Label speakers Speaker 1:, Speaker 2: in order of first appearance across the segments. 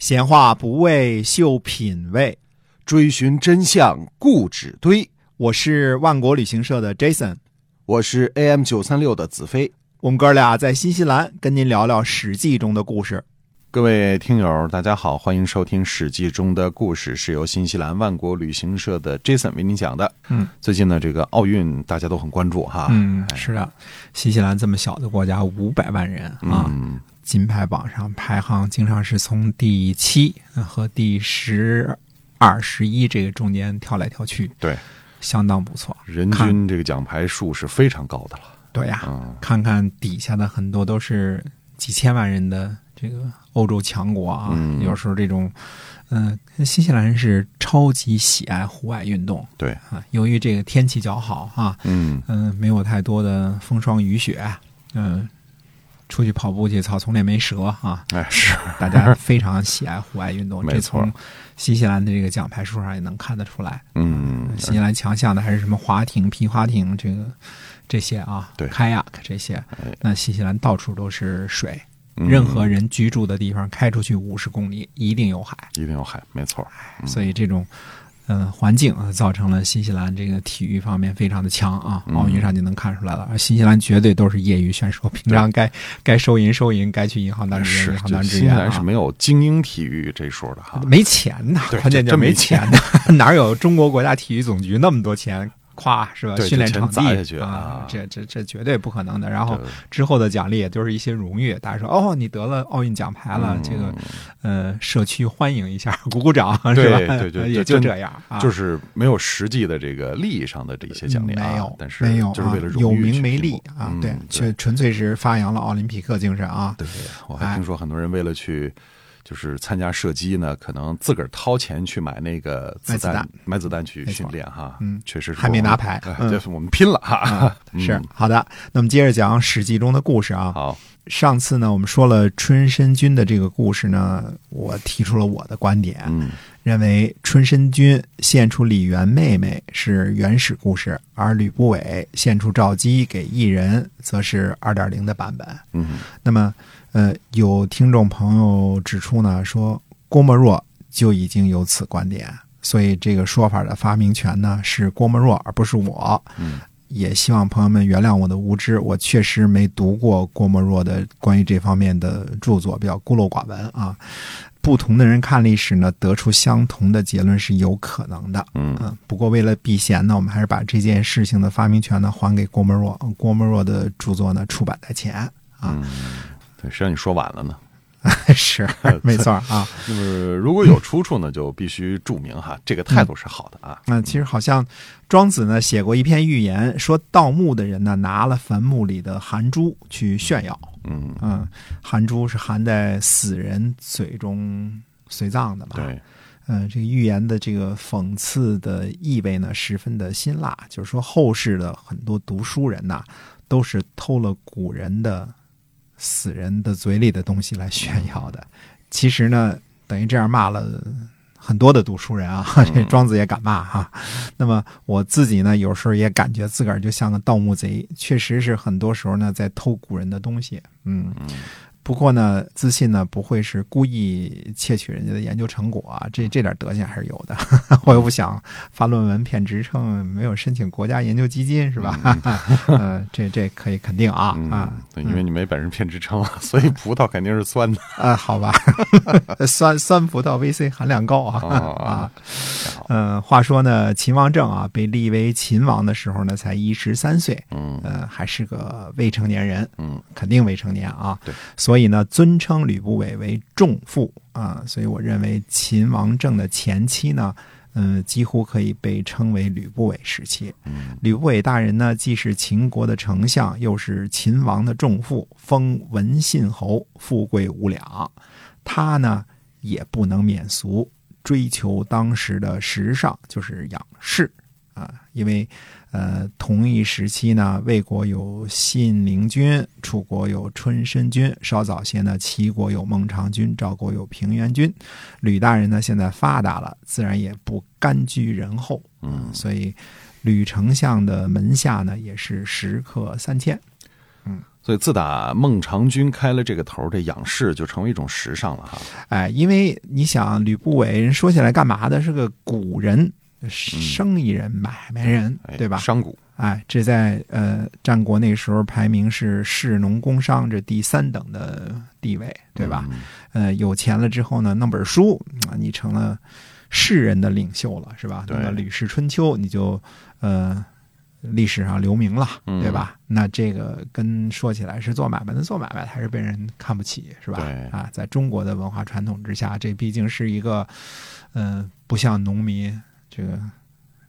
Speaker 1: 闲话不为秀品味，
Speaker 2: 追寻真相故纸堆。
Speaker 1: 我是万国旅行社的 Jason，
Speaker 2: 我是 AM 九三六的子飞。
Speaker 1: 我们哥俩在新西兰跟您聊聊《史记》中的故事。
Speaker 2: 各位听友，大家好，欢迎收听《史记》中的故事，是由新西兰万国旅行社的 Jason 为您讲的。
Speaker 1: 嗯，
Speaker 2: 最近呢，这个奥运大家都很关注哈。
Speaker 1: 嗯，是的，新西兰这么小的国家，五百万人啊，
Speaker 2: 嗯
Speaker 1: 金牌榜上排行经常是从第七和第十二、十一这个中间跳来跳去，
Speaker 2: 对，
Speaker 1: 相当不错。
Speaker 2: 人均这个奖牌数是非常高的了。
Speaker 1: 对呀、
Speaker 2: 嗯
Speaker 1: 看看底下的很多都是几千万人的这个欧洲强国啊，
Speaker 2: 嗯
Speaker 1: 有时候这种，嗯、新西兰人是超级喜爱户外运动
Speaker 2: 对，
Speaker 1: 啊。由于这个天气较好啊，
Speaker 2: 嗯
Speaker 1: 嗯、没有太多的风霜雨雪，嗯、出去跑步去，草丛里没蛇啊，
Speaker 2: 哎是，
Speaker 1: 大 家非常喜爱户外运动。
Speaker 2: 没
Speaker 1: 这
Speaker 2: 错
Speaker 1: 从新西兰的这个奖牌数上也能看得出来。
Speaker 2: 嗯
Speaker 1: 新西兰强项的还是什么划艇、皮划艇这个这些啊，
Speaker 2: 对
Speaker 1: ，kayak 这些
Speaker 2: 哎。
Speaker 1: 那新西兰到处都是水，
Speaker 2: 嗯
Speaker 1: 任何人居住的地方开出去五十公里一定有海，
Speaker 2: 一定有海，没错。嗯
Speaker 1: 所以这种。嗯，环境啊造成了新西兰这个体育方面非常的强啊，
Speaker 2: 嗯
Speaker 1: 奥运上就能看出来了。而新西兰绝对都是业余选手，平常该该收银收银，该去银行当职
Speaker 2: 是
Speaker 1: 员，银，行
Speaker 2: 就
Speaker 1: 当职
Speaker 2: 新西
Speaker 1: 员
Speaker 2: 兰是
Speaker 1: 啊。
Speaker 2: 没有精英体育这一说的哈。
Speaker 1: 没钱呐，
Speaker 2: 对
Speaker 1: 关键
Speaker 2: 这
Speaker 1: 就
Speaker 2: 真没
Speaker 1: 钱呐， 哪有中国国家体育总局那么多钱？夸是吧？
Speaker 2: 对
Speaker 1: 训练
Speaker 2: 这
Speaker 1: 场
Speaker 2: 钱砸下
Speaker 1: 地
Speaker 2: 去
Speaker 1: 啊
Speaker 2: 啊，
Speaker 1: 这这这绝对不可能的。然后
Speaker 2: 对
Speaker 1: 之后的奖励也都是一些荣誉，大家说哦，你得了奥运奖牌了，
Speaker 2: 嗯
Speaker 1: 这个呃，社区欢迎一下， 鼓鼓掌是吧？
Speaker 2: 对 对对
Speaker 1: 也
Speaker 2: 这
Speaker 1: 就
Speaker 2: 真
Speaker 1: 这样啊，
Speaker 2: 就是没有实际的这个利益上的这一些奖励啊，
Speaker 1: 嗯没有，
Speaker 2: 但是
Speaker 1: 没有
Speaker 2: 就是为了
Speaker 1: 啊
Speaker 2: 荣誉
Speaker 1: 有
Speaker 2: 去
Speaker 1: 名没利
Speaker 2: 进步
Speaker 1: 啊
Speaker 2: 嗯，
Speaker 1: 对，
Speaker 2: 对
Speaker 1: 却纯粹是发扬了奥林匹克精神啊。
Speaker 2: 对，我还听说很多人为了去就是参加射击呢，可能自个儿掏钱去买那个子
Speaker 1: 买子
Speaker 2: 弹
Speaker 1: 弹，
Speaker 2: 买子弹去
Speaker 1: 没错
Speaker 2: 训练哈，
Speaker 1: 嗯
Speaker 2: 确实是
Speaker 1: 还没拿牌
Speaker 2: 哎
Speaker 1: 嗯
Speaker 2: 就是我们 拼了哈，嗯
Speaker 1: 是好的，那么接着讲《史记》中的故事啊。
Speaker 2: 好，
Speaker 1: 上次呢，我们说了春申君的这个故事呢，我提出了我的观点，
Speaker 2: 嗯
Speaker 1: 认为春申君献出李元妹妹是原始故事，而吕不韦献出赵姬给异人，则是二点零的版本。
Speaker 2: 嗯
Speaker 1: 那么，呃，有听众朋友指出呢，说郭沫若就已经有此观点，所以这个说法的发明权呢是郭沫若，而不是我。
Speaker 2: 嗯，
Speaker 1: 也希望朋友们原谅我的无知，我确实没读过郭沫若的关于这方面的著作，比较孤陋寡闻啊。不同的人看历史呢，得出相同的结论是有可能的。
Speaker 2: 嗯
Speaker 1: 嗯，不过为了避嫌呢，我们还是把这件事情的发明权呢还给郭沫若。嗯郭沫若的著作呢出版在前啊，
Speaker 2: 嗯，对，谁让你说晚了呢？
Speaker 1: 是没错啊。
Speaker 2: 那么如果有出处呢，就必须注明哈，这个态度是好的啊，
Speaker 1: 那其实好像庄子呢写过一篇寓言，说盗墓的人呢拿了坟墓里的含珠去炫耀。
Speaker 2: 嗯，
Speaker 1: 嗯，含珠是含在死人嘴中随葬的嘛。
Speaker 2: 对，
Speaker 1: 嗯，这个寓言的这个讽刺的意味呢，十分的辛辣。就是说，后世的很多读书人呐、都是偷了古人的死人的嘴里的东西来炫耀的。其实呢，等于这样骂了很多的读书人啊，这 庄子也敢骂哈、那么我自己呢，有时候也感觉自个儿就像个盗墓贼，确实是很多时候呢在偷古人的东西。嗯。不过呢，自信呢不会是故意窃取人家的研究成果啊，这这点德性还是有的。 我又不想发论文骗职称，没有申请国家研究基金是吧？ 呃，这这可以肯定啊啊
Speaker 2: 嗯，，对，因为你没本事骗支撑啊， 所以葡萄肯定是酸的。
Speaker 1: 啊，好吧， 酸酸葡萄 VC 含量高 啊、
Speaker 2: 哦
Speaker 1: 啊。嗯，话说呢，秦王政啊被立为秦王的时候呢，才一十三岁，
Speaker 2: 嗯
Speaker 1: 呃，还是个未成年人，
Speaker 2: 嗯，
Speaker 1: 肯定未成年啊。
Speaker 2: 对，
Speaker 1: 所以呢，尊称吕不韦为仲父啊。所以我认为秦王政的前期呢，嗯、几乎可以被称为吕不韦时期。
Speaker 2: 嗯
Speaker 1: 吕不韦大人呢，既是秦国的丞相，又是秦王的重父，封文信侯，富贵无两。他呢，也不能免俗，追求当时的时尚，就是仰视啊。因为，呃，同一时期呢，魏国有信陵君，楚国有春申君，稍早些呢，齐国有孟尝君，赵国有平原君。吕大人呢，现在发达了，自然也不甘居人后，
Speaker 2: 嗯
Speaker 1: 所以。吕丞相的门下呢，也是食客三千。嗯，
Speaker 2: 所以自打孟尝君开了这个头，这仰视就成为一种时尚了哈。
Speaker 1: 哎，因为你想，吕不韦人说起来干嘛的？是个古人，生意人、买卖人，
Speaker 2: 嗯哎、
Speaker 1: 对吧？
Speaker 2: 商贾，
Speaker 1: 哎，这在呃战国那时候排名是士农工商这第三等的地位，对吧？
Speaker 2: 嗯
Speaker 1: 呃，有钱了之后呢，弄本书啊，你成了士人的领袖了，是吧？
Speaker 2: 对
Speaker 1: 那么《吕氏春秋》你就呃历史上留名了，
Speaker 2: 嗯
Speaker 1: 对吧？那这个跟说起来是做买卖的做买卖，还是被人看不起，是吧？
Speaker 2: 对
Speaker 1: 啊，在中国的文化传统之下，这毕竟是一个呃不像农民这个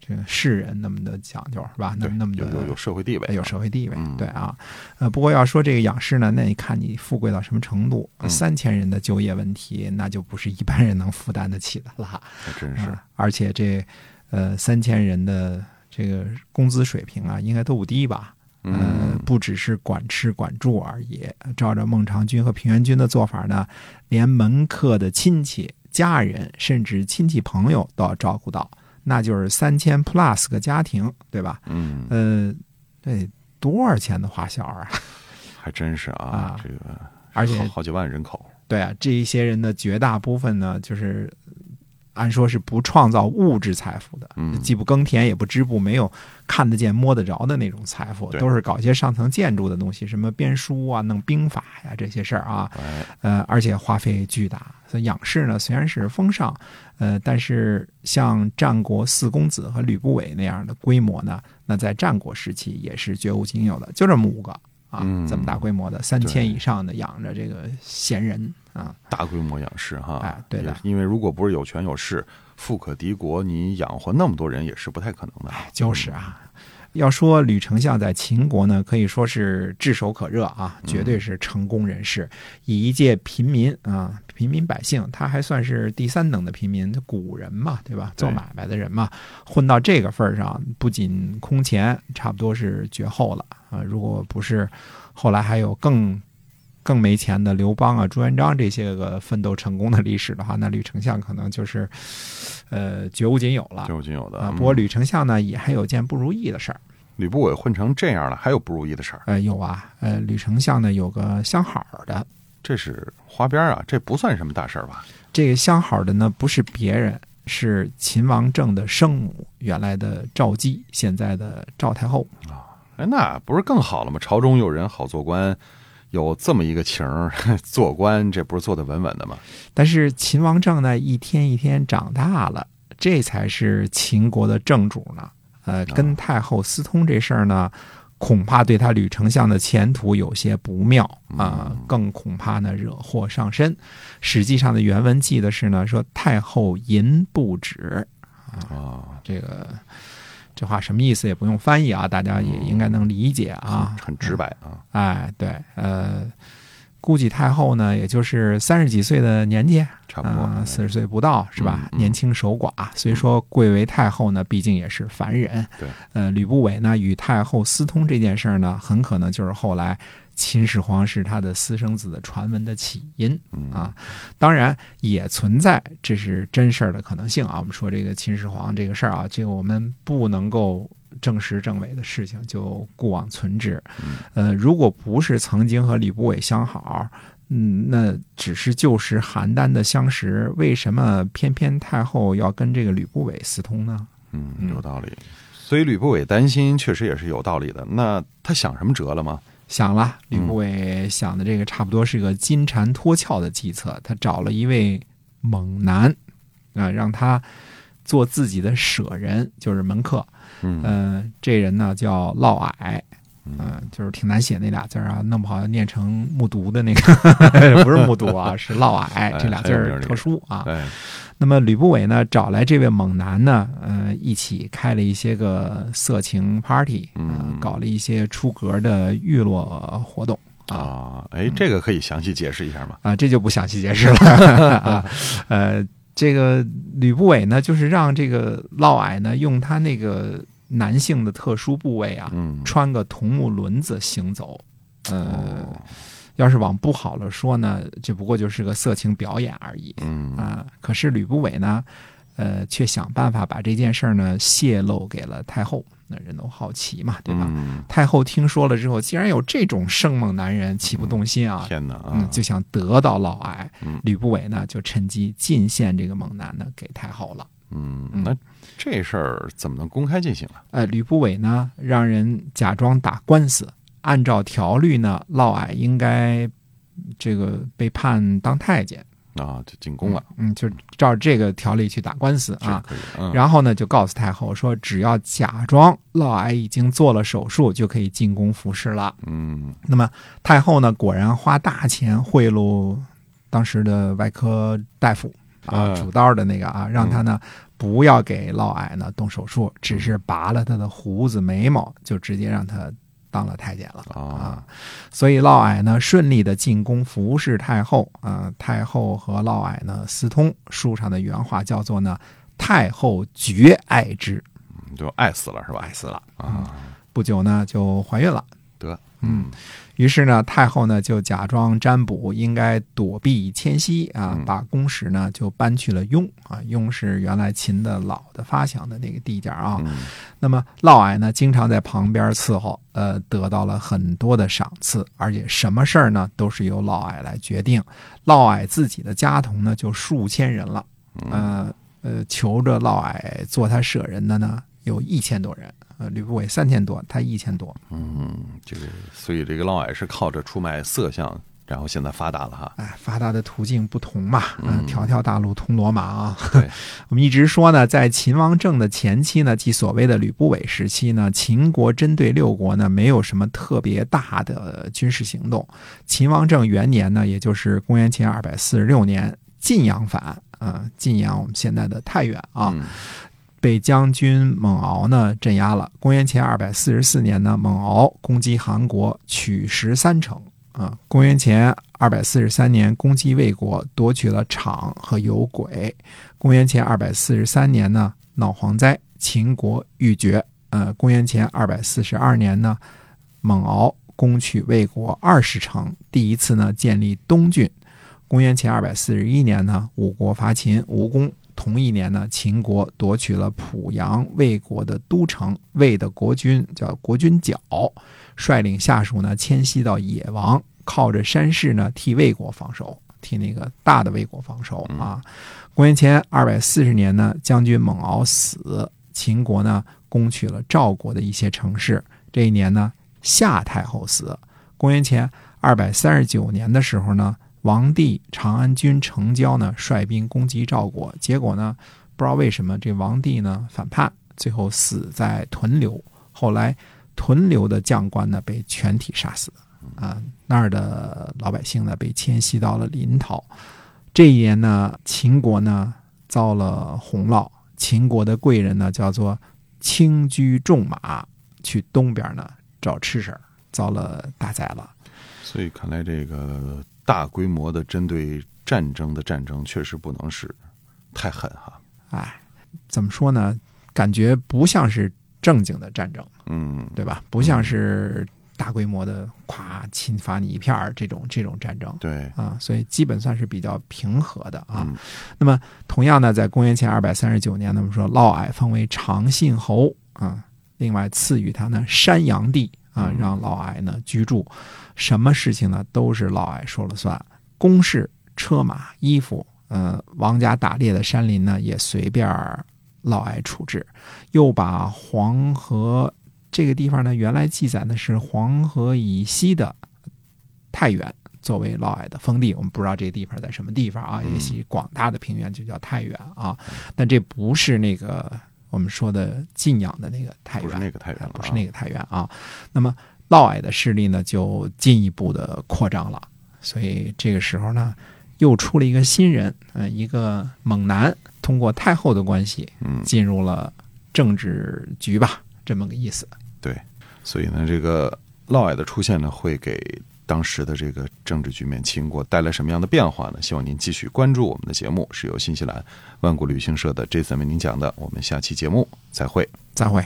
Speaker 1: 这个士人那么的讲究，是吧？那
Speaker 2: 对
Speaker 1: 么那么的
Speaker 2: 有有有社会地位，
Speaker 1: 有社会地位，
Speaker 2: 嗯
Speaker 1: 对啊，呃，不过要说这个仰视呢，那你看你富贵到什么程度？
Speaker 2: 嗯
Speaker 1: 三千人的就业问题，那就不是一般人能负担得起的了。
Speaker 2: 还真是。
Speaker 1: 啊而且这呃三千人的这个工资水平啊，应该都不低吧？呃
Speaker 2: 嗯，，
Speaker 1: 不只是管吃管住而已。照着孟尝君和平原君的做法呢，连门客的亲戚、家人，甚至亲戚朋友都要照顾到，那就是三千 plus 个家庭，对吧？
Speaker 2: 嗯，
Speaker 1: 呃，这多少钱的花销啊？
Speaker 2: 还真是啊
Speaker 1: 啊，
Speaker 2: 这个
Speaker 1: 而且
Speaker 2: 好好几万人口，
Speaker 1: 对啊，这一些人的绝大部分呢，就是按说是不创造物质财富的，
Speaker 2: 嗯
Speaker 1: 既不耕田，也不织布，没有看得见、摸得着的那种财富，
Speaker 2: 对
Speaker 1: 都是搞一些上层建筑的东西，什么编书啊、弄兵法呀这些事儿啊，
Speaker 2: 哎，
Speaker 1: 呃，而且花费巨大。所以仰视呢，虽然是风尚，呃，但是像战国四公子和吕不韦那样的规模呢，那在战国时期也是绝无仅有的，就这么五个啊
Speaker 2: 嗯，
Speaker 1: 这么大规模的三
Speaker 2: 对
Speaker 1: 千以上的养着这个闲人啊，
Speaker 2: 大规模养士哈，
Speaker 1: 哎对的
Speaker 2: 也是因为如果不是有权有势、富可敌国，你养活那么多人也是不太可能的。
Speaker 1: 就是啊。要说吕丞相在秦国呢，可以说是炙手可热啊，绝对是成功人士。以一介平民啊，平民百姓，他还算是第三等的平民，古人嘛，对吧？
Speaker 2: 对
Speaker 1: 做买卖的人嘛，混到这个份儿上，不仅空前，差不多是绝后了啊。如果不是后来还有更更没钱的刘邦啊、朱元璋这些个奋斗成功的历史的话，那吕丞相可能就是呃绝无仅有了
Speaker 2: 绝。有仅有的
Speaker 1: 啊，
Speaker 2: 嗯
Speaker 1: 不过吕丞相呢也还有件不如意的事儿，
Speaker 2: 吕不韦混成这样了，还有不如意的事儿，
Speaker 1: 呃，有啊，呃，吕丞相呢有个相好的，
Speaker 2: 这是花边儿啊，这不算什么大事儿吧？
Speaker 1: 这个相好的呢不是别人，是秦王政的生母，原来的赵姬，现在的赵太后。
Speaker 2: 哎，那不是更好了吗？朝中有人好做官，有这么一个情儿， 做官这不是做的稳稳的吗？
Speaker 1: 但是秦王政呢一天一天长大了，这才是秦国的正主呢。呃，跟太后私通这事儿呢，恐怕对他吕丞相的前途有些不妙啊、
Speaker 2: 嗯
Speaker 1: 更恐怕呢惹祸上身。《史记》上的原文记的是呢，说太后淫不止，
Speaker 2: 啊，
Speaker 1: 这个这话什么意思也不用翻译啊，大家也应该能理解啊。
Speaker 2: 很直白啊，
Speaker 1: 哎，对，呃，估计太后呢，也就是三十几岁的年纪，
Speaker 2: 差不多。
Speaker 1: 啊，四十岁不到是吧？
Speaker 2: 嗯嗯
Speaker 1: 年轻守寡，虽说贵为太后呢，毕竟也是凡人。
Speaker 2: 对，
Speaker 1: 呃，吕不韦呢与太后私通这件事儿呢，很可能就是后来秦始皇是他的私生子的传闻的起因。
Speaker 2: 嗯
Speaker 1: 啊，当然也存在这是真事儿的可能性啊。我们说这个秦始皇这个事儿啊，这个我们不能够证实证伪的事情，就固往存之。
Speaker 2: 嗯
Speaker 1: 呃，如果不是曾经和吕不韦相好，嗯，那只是旧时邯郸的相识，为什么偏偏太后要跟这个吕不韦私通呢？
Speaker 2: 嗯，
Speaker 1: 嗯
Speaker 2: 有道理。所以吕不韦担心，确实也是有道理的。那他想什么辙了吗？
Speaker 1: 想了，吕
Speaker 2: 嗯
Speaker 1: 不韦想的这个差不多是个金蝉脱壳的计策，他找了一位猛男，啊、让他做自己的舍人，就是门客。
Speaker 2: 嗯
Speaker 1: 嗯、这人呢叫嫪毐，
Speaker 2: 嗯
Speaker 1: 嗯、就是挺难写那俩字儿啊，弄不好念成木渎的那个，不 是木渎啊，是嫪毐这俩字
Speaker 2: 哎很有名儿
Speaker 1: 儿
Speaker 2: 这个
Speaker 1: 特殊啊。
Speaker 2: 哎，
Speaker 1: 那么吕不韦呢，找来这位猛男呢，呃，一起开了一些个色情 party，啊、
Speaker 2: 嗯
Speaker 1: 搞了一些出格的娱乐活动啊。
Speaker 2: 啊，哎，这个可以详细解释一下吗？
Speaker 1: 啊，这就不详细解释 了啊。呃，这个吕不韦呢，就是让这个嫪毐呢，用他那个男性的特殊部位啊，
Speaker 2: 嗯，
Speaker 1: 穿个铜木轮子行走。呃，
Speaker 2: 哦
Speaker 1: 要是往不好了说呢，只不过就是个色情表演而已。
Speaker 2: 嗯
Speaker 1: 啊，可是吕不韦呢，呃，却想办法把这件事儿呢泄露给了太后。那人都好奇嘛，对吧？
Speaker 2: 嗯
Speaker 1: 太后听说了之后，竟然有这种生猛男人，岂不动心啊？
Speaker 2: 嗯天哪啊！
Speaker 1: 嗯，就想得到嫪毐
Speaker 2: 嗯。
Speaker 1: 吕不韦呢，就趁机进献这个猛男呢给太后了。
Speaker 2: 嗯，
Speaker 1: 嗯
Speaker 2: 那这事儿怎么能公开进行啊？
Speaker 1: 呃，吕不韦呢，让人假装打官司，按照条律呢，嫪毐应该这个被判当太监。
Speaker 2: 啊，就进宫了，
Speaker 1: 嗯，就照这个条例去打官司
Speaker 2: 这
Speaker 1: 啊。
Speaker 2: 可以。嗯，
Speaker 1: 然后呢，就告诉太后说，只要假装嫪毐已经做了手术，就可以进宫服侍了。
Speaker 2: 嗯
Speaker 1: 那么太后呢，果然花大钱贿赂当时的外科大夫啊，
Speaker 2: 嗯
Speaker 1: 主刀的那个啊，让他呢不要给嫪毐呢动手术，只是拔了他的胡子眉毛，就直接让他当了太监了啊
Speaker 2: 啊。
Speaker 1: 所以嫪毐呢顺利的进宫服侍太后啊、太后和嫪毐呢私通，书上的原话叫做呢。太后绝爱之，
Speaker 2: 嗯就爱死了是吧？
Speaker 1: 爱死了。
Speaker 2: 啊，
Speaker 1: 不久呢就怀孕了，
Speaker 2: 得，
Speaker 1: 嗯，于是呢，太后呢就假装占卜，应该躲避迁徙啊
Speaker 2: 嗯，
Speaker 1: 把宫室呢就搬去了雍啊，雍是原来秦的老的发祥的那个地界儿啊。
Speaker 2: 嗯
Speaker 1: 那么嫪毐呢，经常在旁边伺候，呃，得到了很多的赏赐，而且什么事儿呢都是由嫪毐来决定。嫪毐自己的家童呢就数千人了，
Speaker 2: 嗯
Speaker 1: 呃呃，求着嫪毐做他舍人的呢有一千多人，呃，吕不韦三千多，他一千多，
Speaker 2: 嗯，这个，所以这个嫪毐是靠着出卖色相，然后现在发达了哈。
Speaker 1: 哎，发达的途径不同嘛，嗯，
Speaker 2: 嗯
Speaker 1: 条条大路通罗马啊。
Speaker 2: 对，
Speaker 1: 我们一直说呢，在秦王政的前期呢，即所谓的吕不韦时期呢，秦国针对六国呢，没有什么特别大的军事行动。秦王政元年呢，也就是公元前二百四十六年，晋阳反啊、晋阳我们现在的太原啊，
Speaker 2: 嗯
Speaker 1: 被将军蒙敖呢镇压了。公元前二百四十四年呢，蒙敖攻击韩国，取十三城啊。公元前二百四十三年攻击魏国，夺取了场和有轨。公元前二百四十三年呢，闹蝗灾，秦国欲绝。呃，公元前二百四十二年呢，蒙敖攻取魏国二十城，第一次呢建立东郡。公元前二百四十一年呢，五国伐秦，吴攻。同一年呢，秦国夺取了濮阳魏国的都城，魏的国君叫国君角，率领下属呢迁徙到野王，靠着山势呢替魏国防守，替那个大的魏国防守啊。公元前二百四十年呢，将军蒙敖死，秦国呢攻取了赵国的一些城市。这一年呢，夏太后死。公元前二百三十九年的时候呢，王帝长安君成交呢率兵攻击赵国，结果呢，不知道为什么这王帝呢反叛，最后死在屯留。后来屯留的将官呢被全体杀死，啊，那儿的老百姓呢被迁徙到了临洮。这一年呢，秦国呢遭了洪涝，秦国的贵人呢叫做轻车重马，去东边呢找吃食儿，遭了大灾了。
Speaker 2: 所以看来这个大规模的针对战争的战争确实不能使太狠哈。
Speaker 1: 哎，怎么说呢？感觉不像是正经的战争，
Speaker 2: 嗯，
Speaker 1: 对吧？不像是大规模的咵侵伐你一片儿这种这种战争
Speaker 2: 对，
Speaker 1: 啊，所以基本算是比较平和的啊。
Speaker 2: 嗯
Speaker 1: 那么同样呢，在公元前二百三十九年，那么说嫪毐封为长信侯啊，另外赐予他呢山阳地啊，
Speaker 2: 嗯
Speaker 1: 让嫪毐呢居住，什么事情呢都是嫪毐说了算，公事、车马、衣服，呃，王家打猎的山林呢也随便儿嫪毐处置，又把黄河这个地方呢原来记载的是黄河以西的太原。作为嫪毐的封地，我们不知道这个地方在什么地方啊，
Speaker 2: 嗯
Speaker 1: 也许广大的平原就叫太原啊，但这不是那个我们说的晋阳的那个太
Speaker 2: 不
Speaker 1: 原
Speaker 2: 是，那个太原了、啊，
Speaker 1: 不是那个太原啊。那么嫪毐的势力呢，就进一步的扩张了。所以这个时候呢，又出了一个新人，嗯、一个猛男，通过太后的关系
Speaker 2: 嗯，
Speaker 1: 进入了政治局吧，这么个意思。
Speaker 2: 对，所以呢，这个嫪毐的出现呢，会给当时的这个政治局面秦国带来什么样的变化呢？希望您继续关注我们的节目，是由新西兰万国旅行社的 Jason 为您讲的。我们下期节目再会。
Speaker 1: 再会。